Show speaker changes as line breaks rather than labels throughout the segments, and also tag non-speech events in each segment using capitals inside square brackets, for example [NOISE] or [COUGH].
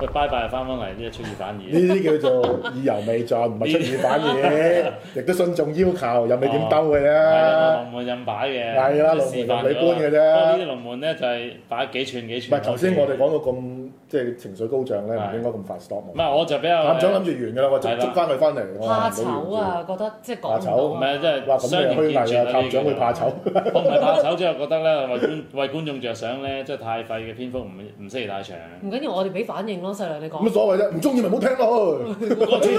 喂，拜拜，翻返嚟呢一出爾反
呢
爾。
啲叫做意猶未盡，唔係出爾反爾，亦都信眾要求，任你點兜嘅
係
啫。
龍門任擺嘅，
係啦
即係示範咗
龍門任你搬嘅啫
不過呢啲龍門咧就係擺幾寸幾
唔係
寸。
頭先我哋講到咁即係情緒高漲咧，唔
係
應該咁快 stop 我
唔。係我就比較
探長諗住完㗎啦，我
係
就
啦
捉翻佢翻嚟。我話唔好
怕醜
完
啊，覺得即係
怕醜
講
呃唔
唔到
係即係
啊。
住！哇，咁
相
你虛
形見
偽
絀
啊！
啦
探長會怕醜，
我唔係怕醜，即係覺得咧，為觀 [LAUGHS] 為觀眾着想咧，即係太廢嘅篇幅唔唔適宜太長。
唔緊要，我哋俾反應咯，細亮你
咁
[LAUGHS] 講
所謂啫，唔中意咪唔好聽咯。
[LAUGHS]
我知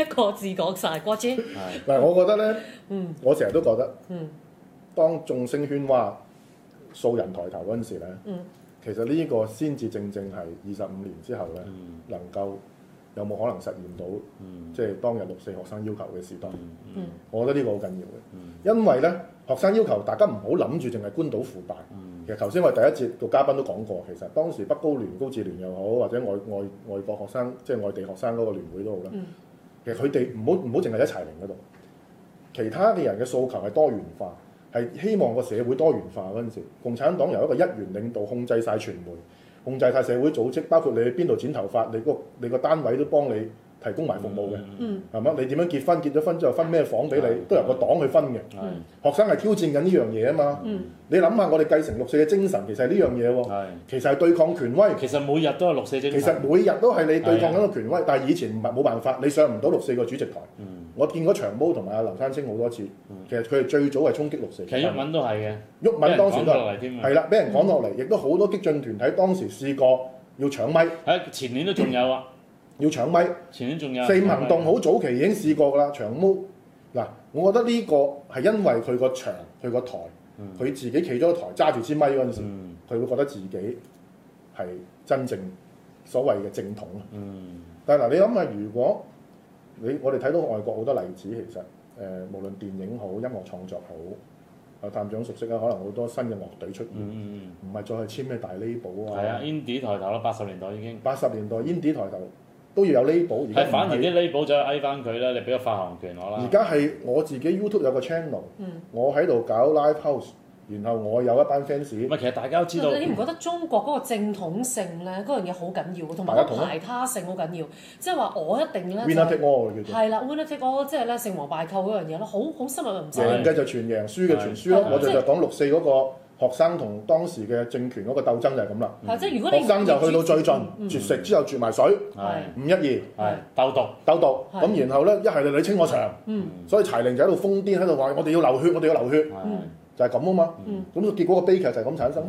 一個字講晒，郭姐，
係
嗱，我覺得咧，
嗯
我成日都覺得，
嗯
當眾聲喧譁、數人抬頭嗰陣時咧，
嗯
其實呢個先至正正係二十五年之後咧，
嗯
能夠有冇可能實現到
嗯
即係當日六四學生要求嘅時代？
嗯嗯
嗯
我覺得呢個好緊
嗯
要嘅，因為咧學生要求大家唔好諗住淨係官倒腐敗。
嗯
其實頭先我哋第一節個嘉賓都講過，其實當時北高聯、高智聯又好，或者外外外國學生即係外地學生嗰個聯會都好啦。
嗯
其實佢哋唔好唔好淨係一齊零嗰度，其他嘅人嘅訴求係多元化，係希望個社會多元化嗰陣時，共產黨由一個一元領導控制晒傳媒，控制晒社會組織，包括你去邊度剪頭髮，你個你個單位都幫你提供埋服務嘅，
嗯
係嘛？你點樣結婚？結咗婚之後分咩房俾你，都由個黨去分嘅。
係
學生係挑戰緊呢樣嘢啊嘛。
嗯
你諗下，我哋繼承六四嘅精神，其實係呢樣嘢喎，
係。
其實係對抗權威。
其實每日都有六四精
哦其
神。
實每日都係你對抗緊個權威，但係以前唔係冇辦法，你上唔到六四個主席台。
嗯
我見過長毛同埋阿劉山青好多次
嗯，
其實佢哋最早係衝擊六四。
其實鬱文都係嘅，
鬱敏當時
俾人趕
都
落
係
嚟添啊
係啦，俾人趕落嚟，亦都好多激進團體當時試過要搶咪，
喺前年都仲有啊，
要搶咪。
前年仲有
四五行動好早期已經試過㗎啦，長毛嗱，我覺得呢個係因為佢個場、佢個台、
嗯
佢自己企咗個台揸住支咪嗰陣時，
嗯
佢會覺得自己係真正所謂嘅正統啊。
嗯
但係嗱，你諗下，如果你我哋睇到外國好多例子，其實誒、呃、無論電影好、音樂創作好，啊探長熟悉啊，可能好多新嘅樂隊出現，
嗯嗯
唔係、再係簽咩大 label
嗯，係啊
啊，
，Indie 抬頭啦，八十年代已經
八十年代 indie 抬頭都要有 label，而家
係
唔
反而
係
啲 label 就嗌翻佢啦，你俾個發行啊權我啦
而，家係我自己 YouTube 有個 channel，
嗯。
我喺度搞 live house，然後我有一班 fans，
啊唔係其實大家都知道，
你唔覺得中國嗰個正統性咧，嗰樣嘢好緊要，同埋
大家
嗰
同
個
咯
排他性好緊要，即係話我一定咧
winner take
就
all 叫做
係啦，winner take all，即係咧成王敗寇嗰樣嘢咯，好好深入唔
係
深
贏嘅就全贏，輸嘅全輸
係
咯。我就
即
就
係
講六四嗰個學生同當時嘅政權嗰個鬥爭就係咁啦。
入，即係如果你
學生就去到最盡，
嗯
絕食之後絕埋水，
係
五一二
嗯係鬥毒，
鬥毒，
係
咁然後咧一係就你清我場，
嗯
所以柴玲就喺度瘋癲喺度話我哋要流血，我哋要流血，
嗯係
就係咁啊嘛。
嗯
咁結果個悲劇就係咁產生。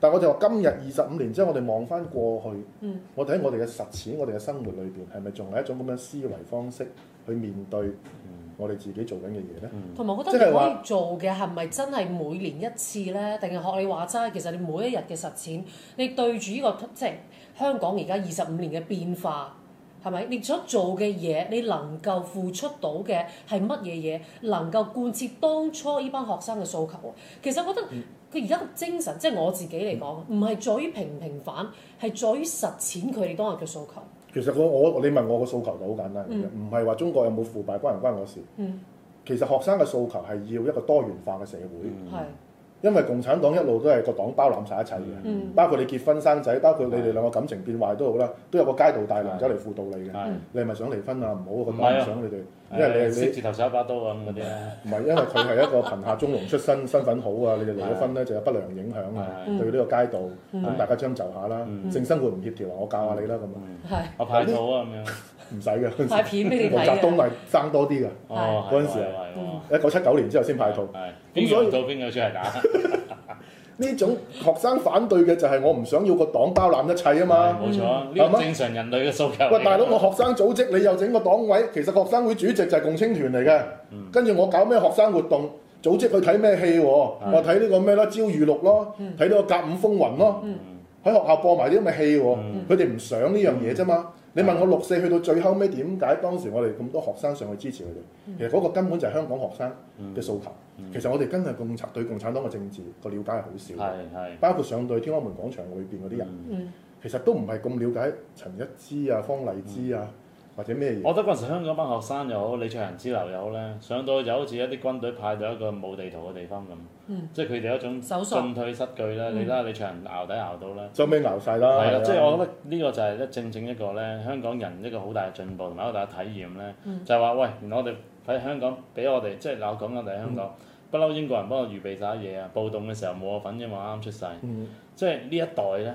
但係我就話今日二十五年之後，我哋望翻過去，
嗯
我哋喺我哋嘅實踐、我哋嘅生活裏邊，係咪仲係一種咁樣思維方式去面對
嗯
我哋自己做緊嘅嘢咧？
同埋我覺
即
得
係
你
話
可以做嘅係咪真係每年一次呢？定係學你話齋，其實你每一日嘅實踐，你對住呢、個即係香港而家二十五年嘅變化，係咪？你所做嘅嘢，你能夠付出到嘅係乜嘢嘢？能夠貫徹當初呢班學生嘅訴求啊！其實我覺得
嗯
佢而家嘅精神，即係我自己嚟講，唔係在於平唔平反，係在於實踐佢哋當日嘅訴求。
其實我我你問我個訴求就好簡單嘅啫，唔
嗯
係話中國有冇腐敗關唔關我事。
嗯，
其實學生嘅訴求係要一個多元化嘅社會。
嗯
係，
因為共產黨一路都係個黨包攬晒一切嘅，
嗯
包括你結婚生仔，包括你哋兩個感情變壞都好啦，都有個街道大娘走嚟輔導你嘅。
嗯係
你係咪想離婚啊？唔好，個
唔係
黨
啊
唔想你嗯哋，因為
誒
你
色
你
字頭手一把刀啊咁嗰啲啊，
唔係因為佢係一個貧下中農出身，身份好啊，你哋離咗婚咧就有不良影響啊，
係
對呢個街道，
嗯
咁大家將就下啦
嗯，
性生活唔協調啊，我教下你啦咁啊，
嗯
係
我派套啊咁樣，
唔使
[LAUGHS]
嘅。
拍片俾你
[LAUGHS] 毛
睇
澤東
嘅。
咪生多啲㗎，
哦
嗰陣時係
係喎
一九七九年之後先派套。
係
咁
邊
所
個用
以
套邊個出嚟打，
呢種學生反對嘅就係我唔想要個黨包攬一切啊嘛。
冇錯啊，
係
呢
嘛
個正常人類嘅訴求嚟㗎。
喂，大佬，我學生組織你又整個黨委，其實學生會主席就係共青團嚟嘅。跟住我搞咩學生活動，組織去睇咩戲喎？我睇呢個咩咯，《焦裕祿》咯，睇呢個《甲午風雲》咯，喺學校播埋啲咁嘅戲喎。佢哋唔想呢樣嘢啫嘛。你問我六四去到最後尾點解當時我哋咁多學生上去支持佢哋？其實嗰個根本就係香港學生嘅訴求。其實我哋根係共產對共產黨嘅政治個了解係好少嘅，
係係
包括上到天安門廣場裏邊嗰啲人。
嗯
嗯
嗯
其實都唔係咁了解陳一之啊、方麗芝啊，或者咩嘢？
我覺得嗰陣時香港班學生又好，李卓人之流又好咧，上到去就好似一啲軍隊派到一個冇地圖嘅地方咁，即係佢哋一種
嗯搜索
進退失據咧。你睇下李卓人熬底熬到咧，
收尾熬晒啦。啊
係啦，啊即係我
覺
覺得呢個就係一正正一個咧香港人一個好大嘅進步同埋好大嘅體驗咧，就係話喂，原來我哋喺香港俾我哋即係嗱我講緊我哋喺香港。不嬲英國人幫我預備晒嘢啊！暴動嘅時候冇我份，因為我啱出世。即係呢一代咧，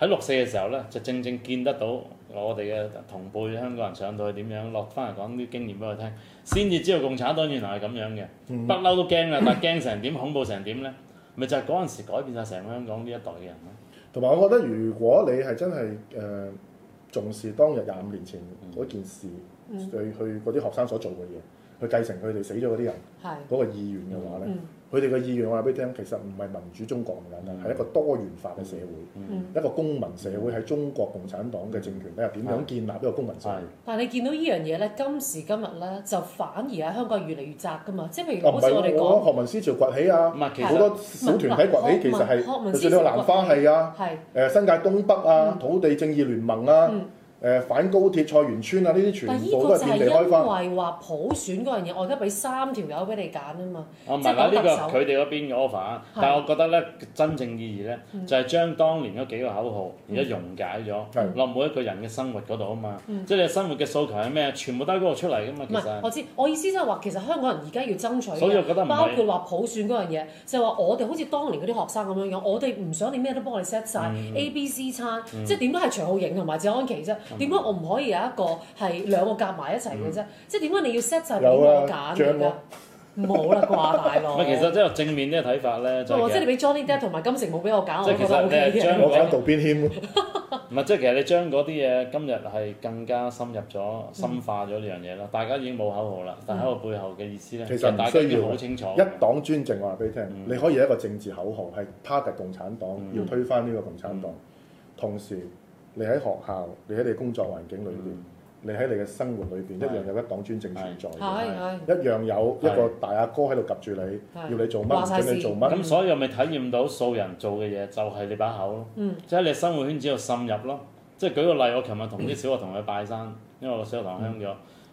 喺六四嘅時候咧，就正正見得到我哋嘅同輩香港人上到去點樣，落翻嚟講啲經驗俾我聽，先至知道共產黨原來係咁樣嘅，不嬲、都驚啊啦，但係驚成點，恐怖成點咧？咪就係嗰陣時改變晒成個香港呢一代嘅人咯。
同埋我覺得，如果你係真係誒、呃重視當日廿五年前
嗯
嗰件事，去去嗰啲學生所做嘅嘢，去繼承佢哋死咗嗰啲人
係
嗯
嗯
嗰個意願嘅話咧，佢哋嘅意願我話俾你聽，其實唔係民主中國咁簡
嗯
單，係一個多元化嘅社會，一個公民社會喺中國共產黨嘅政權底下點樣建立一個公民社會
係。
但係你見到呢樣嘢咧，今時今日咧就反而喺香港越嚟越窄噶嘛，即係譬如
啊，唔
好似
係
我哋
我
講
學民思潮崛起啊，
唔係其實
好多小團體崛起，其實
學
係
民
就
思
算你話
潮
蘭花係啊，
係
誒新界東北啊、土地正義聯盟啊
嗯、
誒反高鐵菜園村啊，呢啲
但
全
呢
部
個
都
就
係遍
係
地
因
開花。
為話普選嗰樣嘢，我而家俾三條友俾你揀啊嘛，
我唔
即
係
係
啦，
講
呢個
特首
佢哋嗰邊嘅 offer，啊但係我覺得咧真正意義咧，就係將當年嗰幾個口號而家溶解咗，
係
落每一個人嘅生活嗰度啊嘛。即係你生活嘅訴求係咩？全部都喺嗰度出嚟噶嘛，
唔
其
係
實。
我知，我意思就係話其實香港人而家要爭取
所以我覺得
嘅，
唔係
包括話普選嗰樣嘢，就係話我哋好似當年嗰啲學生咁樣樣，我哋唔想你咩都幫我哋 set 晒
嗯
A、B、C 餐，即係點都係徐浩瑩同埋謝安琪啫，點解我唔可以有一個係兩個夾埋一齊嘅
嗯
啫？即係點解你要 set 晒俾
有
我
啊
揀，
張
㗎
咯？
冇啦啩，大
唔
佬。
係，其實即係正面呢個睇法咧，就
喂
係
哦
其
即係
實
你俾 Johnny Depp 同埋金城武俾我揀，
即係
我覺
其實
得 O
你
K
係將
嘅。
我揀渡邊謙，
哦唔係，即係其實你將嗰啲嘢今日係更加深入咗、深化咗呢樣嘢啦。大家已經冇口號啦，但喺我背後嘅意思咧，
其實唔
大家已
需
經
要
好
嘅
清楚。
一黨專政，我話俾你
嗯
聽，你可以有一個政治口號係 target 共產黨，要推翻呢個共產
嗯
黨。同時，你喺學校，你喺你工作環境裏
嗯
邊，你喺你嘅生活裏邊，一樣有一黨專政存在嘅。
係係。
一樣有一個大阿哥喺度及住你，
係
要你做
話
乜，
晒
唔准你
事
做乜。
咁所以我咪體驗到素人做嘅嘢就係你把口咯，即係你生活圈子度滲入咯。即係舉個例，我琴日同啲小學同學去拜山，因為我小學堂香咗。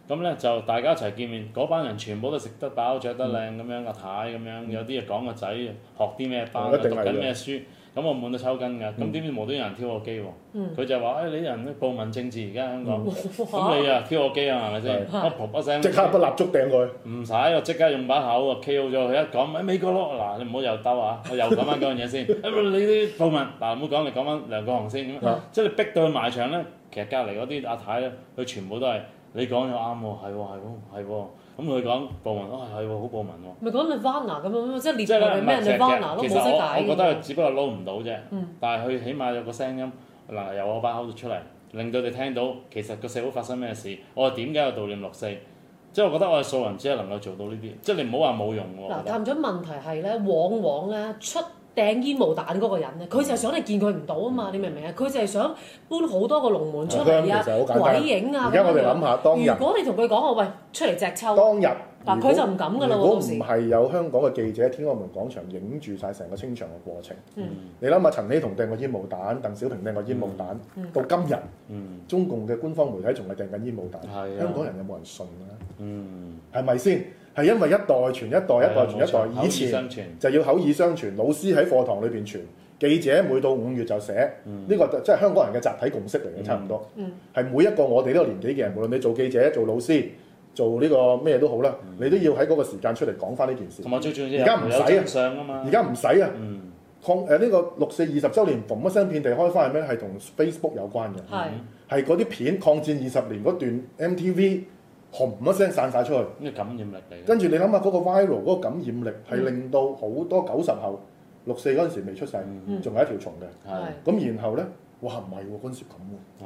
咁咧就大家一齊見面，嗰班人全部都食得飽、着得靚咁樣，阿太咁樣，有啲嘢講個仔學啲咩班，
哦一
讀
定係
緊
嘅
咩書，咁我悶到抽筋㗎。咁點知無端有人挑我機喎？佢就話：誒你人暴民政治而家香港，咁你啊挑我機嗯啊，係咪先？我噗一聲。
即刻不蠟燭掟佢，
唔使，我即刻用把口啊 KO 咗佢一講，喺美國咯，嗱你唔好又兜啊，我又講翻嗰樣嘢先，哎你啲暴民，嗱唔好講，你講翻梁國雄先咁樣
啊，
即係你逼到佢埋牆咧，其實隔離嗰啲阿太咧，佢全部都係你講又啱喎，係喎係喎係喎，咁佢講暴民，啊係喎好暴民喎。
咪講 Nirvana 咁樣，即係列
即係
為
咧，唔
咩
係其實
Nirvana 咯，冇
其
識
實我
解
我
嘅嗯
覺得佢只不過撈唔到啫，但係佢起碼有個聲音嗱，由我把口度出嚟，令到你聽到其實個社會發生咩事，我點解要悼念六四？即係我覺得我哋素人只係能夠做到呢啲，即係你唔好話冇用喎。
哦
我
嗱，
覺得
探咗問題係咧，往往咧出掟煙霧彈嗰個人咧，佢
嗯
就係想你見佢唔到啊嘛，你明唔明啊？佢就係想搬好多個龍門出嚟
其實好
啊，
簡單
鬼影啊
而家我哋
咁樣
諗下當日
如果你同佢講我喂出嚟隻抽，
當日
嗱
如果
佢就唔敢㗎啦
如
喎
果
到
唔
時
係有香港嘅記者喺天安門廣場影住晒成個清場嘅過程，你諗下陳希同掟個煙霧彈，鄧小平掟個煙霧彈，到今日
嗯
中共嘅官方媒體仲係掟緊煙霧
係啊
彈，香港人有冇人信啊？
嗯，
係咪先？係因為一代傳一代，一代傳
係啊冇
一
錯口
代，以
耳
前嗯
相傳
就要口耳相傳，老師喺課堂裏邊傳，記者每到五月就寫，
嗯
呢個就即係香港人嘅集體共識嚟嘅，差唔多。係每一個我哋呢個年紀嘅人，無論你做記者、做老師、做呢個咩都好啦，你都要喺嗰個時間出嚟講翻呢件事
嗯同。埋最重要
而家唔使啊
有真相啊嘛
而。家唔使啊，
嗯，
抗誒呢個六四二十週年，嘣一聲遍地開花係咩？係同 Facebook 有關嘅。
係
係嗰啲片抗戰二十年嗰段 MTV，紅一聲散晒出去。
呢個感染力嚟嘅。
跟住你諗下嗰個 viral 嗰個感染力係令到好多九十後六四嗰陣時未出世，仲係一條蟲嘅。
係
係
咁然後咧，哇唔係喎，嗰陣時咁喎。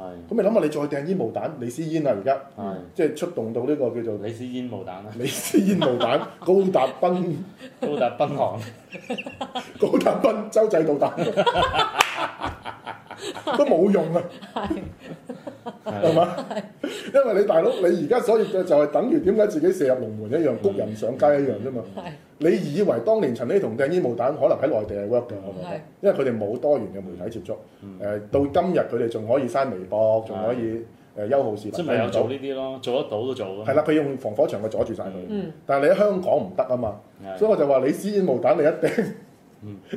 係
嗯
咁你諗下，你再掟煙霧彈，李思煙啊，而家
係，
即係出動到呢個叫做
你是煙霧彈啊，
李思煙霧彈、高達斌、
高達賓
[LAUGHS]
航，
高達斌、洲際導彈，都冇用啊，係
係
嘛？因為你大佬，你而家所以就係等於點解自己射入龍門一樣，谷人上街一樣啫嘛。
係
你以為當年陳希同掟煙霧彈可能喺內地係 work 嘅，我覺
係
得，
嗯
因為佢哋冇多元嘅媒體接觸。誒、到今日佢哋仲可以刪微博，仲可以誒優好市民
即係咪有
做
做呢啲咯？做得到都做啊咯。
係啦，佢用防火牆佢阻住晒佢。
嗯
但係你喺香港唔得啊嘛，
係，嗯
所以我就話你私煙無彈，你一定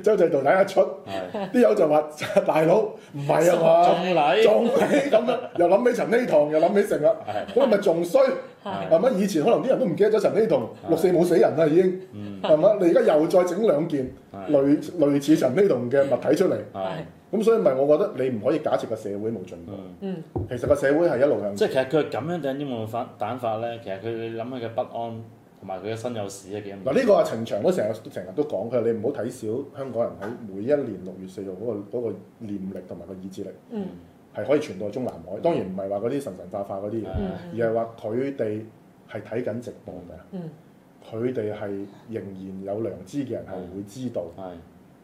周濟道底一出，
係
啲友就話 [LAUGHS] 大佬唔係啊
[LAUGHS]
嘛，
中
[LAUGHS]
禮
撞你咁樣，又諗起陳希同，又諗起成啦，
係
咁咪仲衰
係
係咪？以前可能啲人都唔記得咗陳希同，
係
六四冇死人啦已經
嗯
係咪？你而家又再整兩件
係
類類似陳希同嘅物體出嚟，
係
咁所以咪我覺得你唔可以假設個社會冇進步，
嗯。
嗯
其實個社會係一路向
即係其實佢咁樣掟啲冇法蛋法咧，其實佢你諗佢嘅不安同埋佢嘅身有屎係幾咁
嗱呢個啊程翔都成日成日都講，佢話你唔好睇小香港人喺每一年六月四號嗰個嗰個念力同埋個意志力
嗯
係可以傳到去中南海。當然唔係話嗰啲神神化化嗰啲嘢，
嗯
而係話佢哋係睇緊直播嘅，
嗯
佢哋係仍然有良知嘅人係會知道
係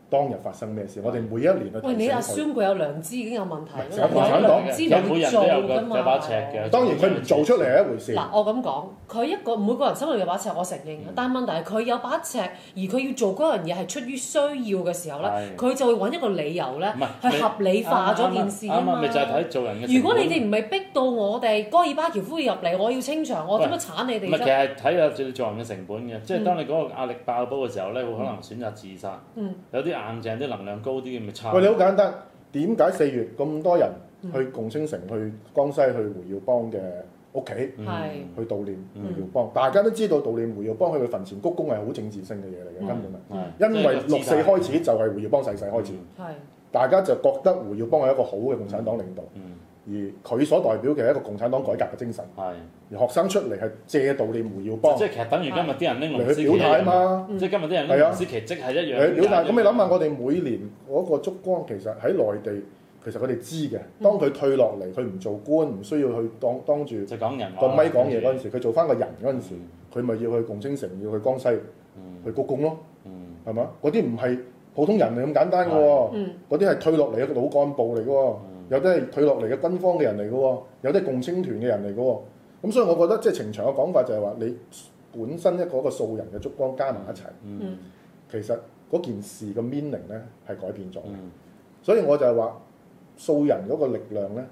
當日發生咩事。我哋每一年去
嗯喂，你
提醒
assume 佢有良知已經有問題
成
啦，
日想講
良知
有每
咪
人
做
都有個
㗎嘛
有把尺嘅
佢，當然佢唔做出嚟係一回事。
嗱，我咁講，佢一個每個人心裏有把尺，我承認。但問題係佢有把尺，而佢要做嗰樣嘢係出於需要嘅時候咧
係，
佢就會揾一個理由咧
唔係，
去合理化咗件事
啱
啊
啱
嘛
啱。咪就係睇做人嘅成本。
如果你哋唔係逼到我哋戈爾巴喬夫要入嚟，我要清場，我點樣鏟你
唔係，其
哋啫？
實係睇下做做人嘅成本嘅，即係當你嗰個壓力爆煲嘅時候咧，會可能選擇自殺。
嗯
有啲硬淨、啲能量高啲嘅咪差。
喂，你好簡單，點解四月咁多人去共青城、去江西、去胡耀邦嘅屋企？
嗯
係
去悼念
嗯
胡耀邦。大家都知道悼念胡耀邦去佢墳前鞠躬係好政治性嘅嘢嚟嘅，
嗯
根本係。啊
係
因為
即係個
六
姿
四
態嗯
開始就係胡耀邦逝世開始，
係
大家就覺得胡耀邦係一個好嘅共產黨領導，
嗯
而佢所代表嘅係一個共產黨改革嘅精神，
係，
而學生出嚟係借悼念胡耀邦
即係其實等於今日啲人拎龍
嚟
獅
去
旗
表
一
態啊
樣。
嘛。
即係今日啲人
係
拎
啊
龍獅旗即係一樣。
嚟去表態，咁你諗下，我哋每年嗰個燭光其實喺內地，其實佢哋知嘅。當佢退落嚟，佢唔做官，唔需要去當當住
就講人話
個咪講
跟
嘢
住
嗰陣時，佢做翻個人嗰陣時，佢咪要去共青城，要去江西
嗯
去鞠躬咯，
嗯
係嘛？嗰啲唔係普通人嚟咁簡單嘅
係
喎，
嗯
嗰啲係退落嚟嘅老幹部嚟嘅喎，
嗯
有啲係退落嚟嘅軍方嘅人嚟嘅喎，有啲係共青團嘅人嚟嘅喎。咁所以我覺得即係程翔嘅講法就係話，你本身一個一個素人嘅燭光加埋一齊，
嗯
其實嗰件事嘅 meaning 咧係改變咗嘅。
嗯
所以我就係話素人嗰個力量咧，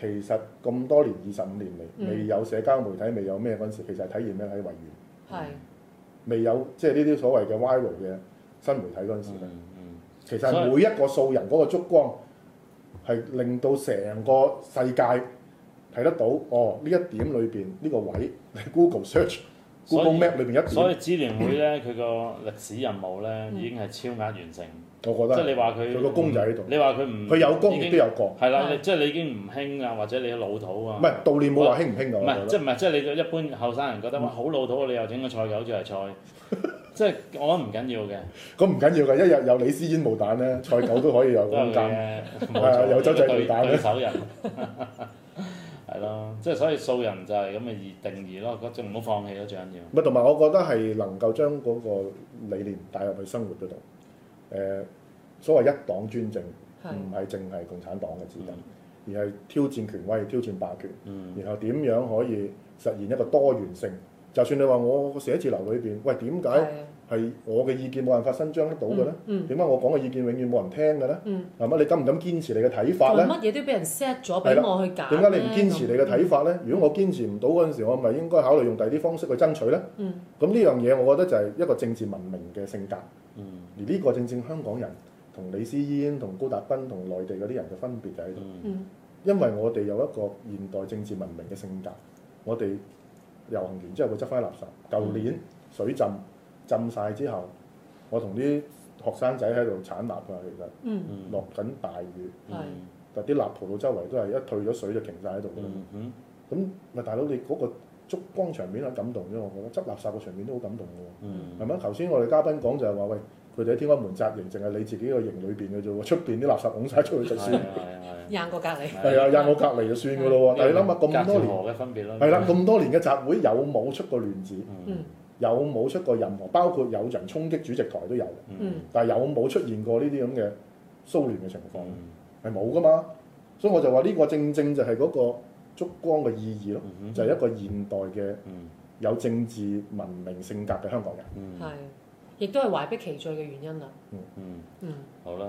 其實咁多年二十五年嚟，
嗯
未有社交媒體，未有咩嗰陣時，其實係體現咩喺維園，
係
未有即係呢啲所謂嘅 viral 嘅新媒體嗰陣時咧，
嗯嗯
其實係每一個素人嗰個燭光係令到成個世界睇得到，哦呢一點裏邊呢個位， [LAUGHS] 你 Google search、
所以
Google Map 裏邊一
所
點，
以支聯會咧，佢個歷史任務咧已經係超額完成，
我
即
覺
係
得
你話佢
佢個功就喺度，
你話佢唔
佢有功
已
亦
經
都有過，
係啦，
係
你即係你已經唔興啊，或者你老土啊，
唔係哦悼念冇話興唔興㗎，
唔
我
係
覺
即
得
係唔係即係你一般後生人覺
嗯
得哇好老土啊，你又整個菜狗出嚟
[LAUGHS]
菜，即係我覺得唔緊要嘅，
咁唔緊要㗎，一日有李斯煙霧彈
[LAUGHS]
咧，賽狗都可以有
都係
空間。
嘅，
係 [LAUGHS]
冇
啊
錯
有周仔
對
對打嘅
對手人。 [LAUGHS] 係咯，即係所以素人就係咁嘅意定義咯，嗰種唔好放棄咯，最緊要。
唔係，同埋我覺得係能夠將嗰個理念帶入去生活嗰度。誒、所謂一黨專政，
係
唔係淨係共產黨嘅指引，而係挑戰權威、挑戰霸權，
嗯
然後點樣可以實現一個多元性。就算你話我個寫字樓裏邊，喂點
係
解係我嘅意見冇辦法伸張得到嘅咧？
嗯
點解、我講嘅意見永遠冇人聽嘅咧？
嗯
係咪你敢唔敢堅持你嘅睇
做
法咧？
乜嘢都俾人 set 咗
係
俾
啦
我去揀
點解你唔
咧
堅持你嘅睇？法咧？如果我堅持唔到嗰陣時，我咪應該考慮用第二啲方式去爭取咧？
嗯
咁呢樣嘢，我覺得就係一個政治文明嘅性格，而
嗯
呢個正正香港人同李思嫣、同高達斌、同內地嗰啲人嘅分別就喺度，
嗯
嗯
因為我哋有一個現代政治文明嘅性格，我哋遊行完之後會執翻垃圾。舊年水浸浸晒之後，我同啲學生仔喺度鏟垃啊，其實
嗯
嗯
落緊大雨，
係
嗯
但啲垃蒲到周圍都係一退咗水就停晒喺度㗎啦。
嗯嗯
咁咪大佬你嗰個燭光場面好啊感動啫，我覺得執垃圾個場面都好感動嘅
嗯
喎，係咪？頭先我哋嘉賓講就係話，喂，佢哋喺天安門紮營，淨係你自己個營裏邊嘅啫喎，出邊啲垃圾拱晒出去就
係
算，
啊係啊係啊
硬過隔離。
係啊，印我隔離就算嘅咯喎。但係你諗下咁多年，
隔條河嘅分別咯，
係啦，咁多年嘅集會有冇出過亂子？
嗯
嗯
有冇出過任何？包括有人衝擊主席台都有嘅，
嗯
嗯
但係有冇出現過呢啲咁嘅騷亂嘅情況？
嗯
係冇噶嘛，所以我就話呢個正正就係嗰個燭光嘅意義咯，
嗯
就係一個現代嘅。
嗯
有政治文明性格嘅香港人。
嗯
係，亦都係懷璧其罪嘅原因啦。
嗯
嗯
好啦，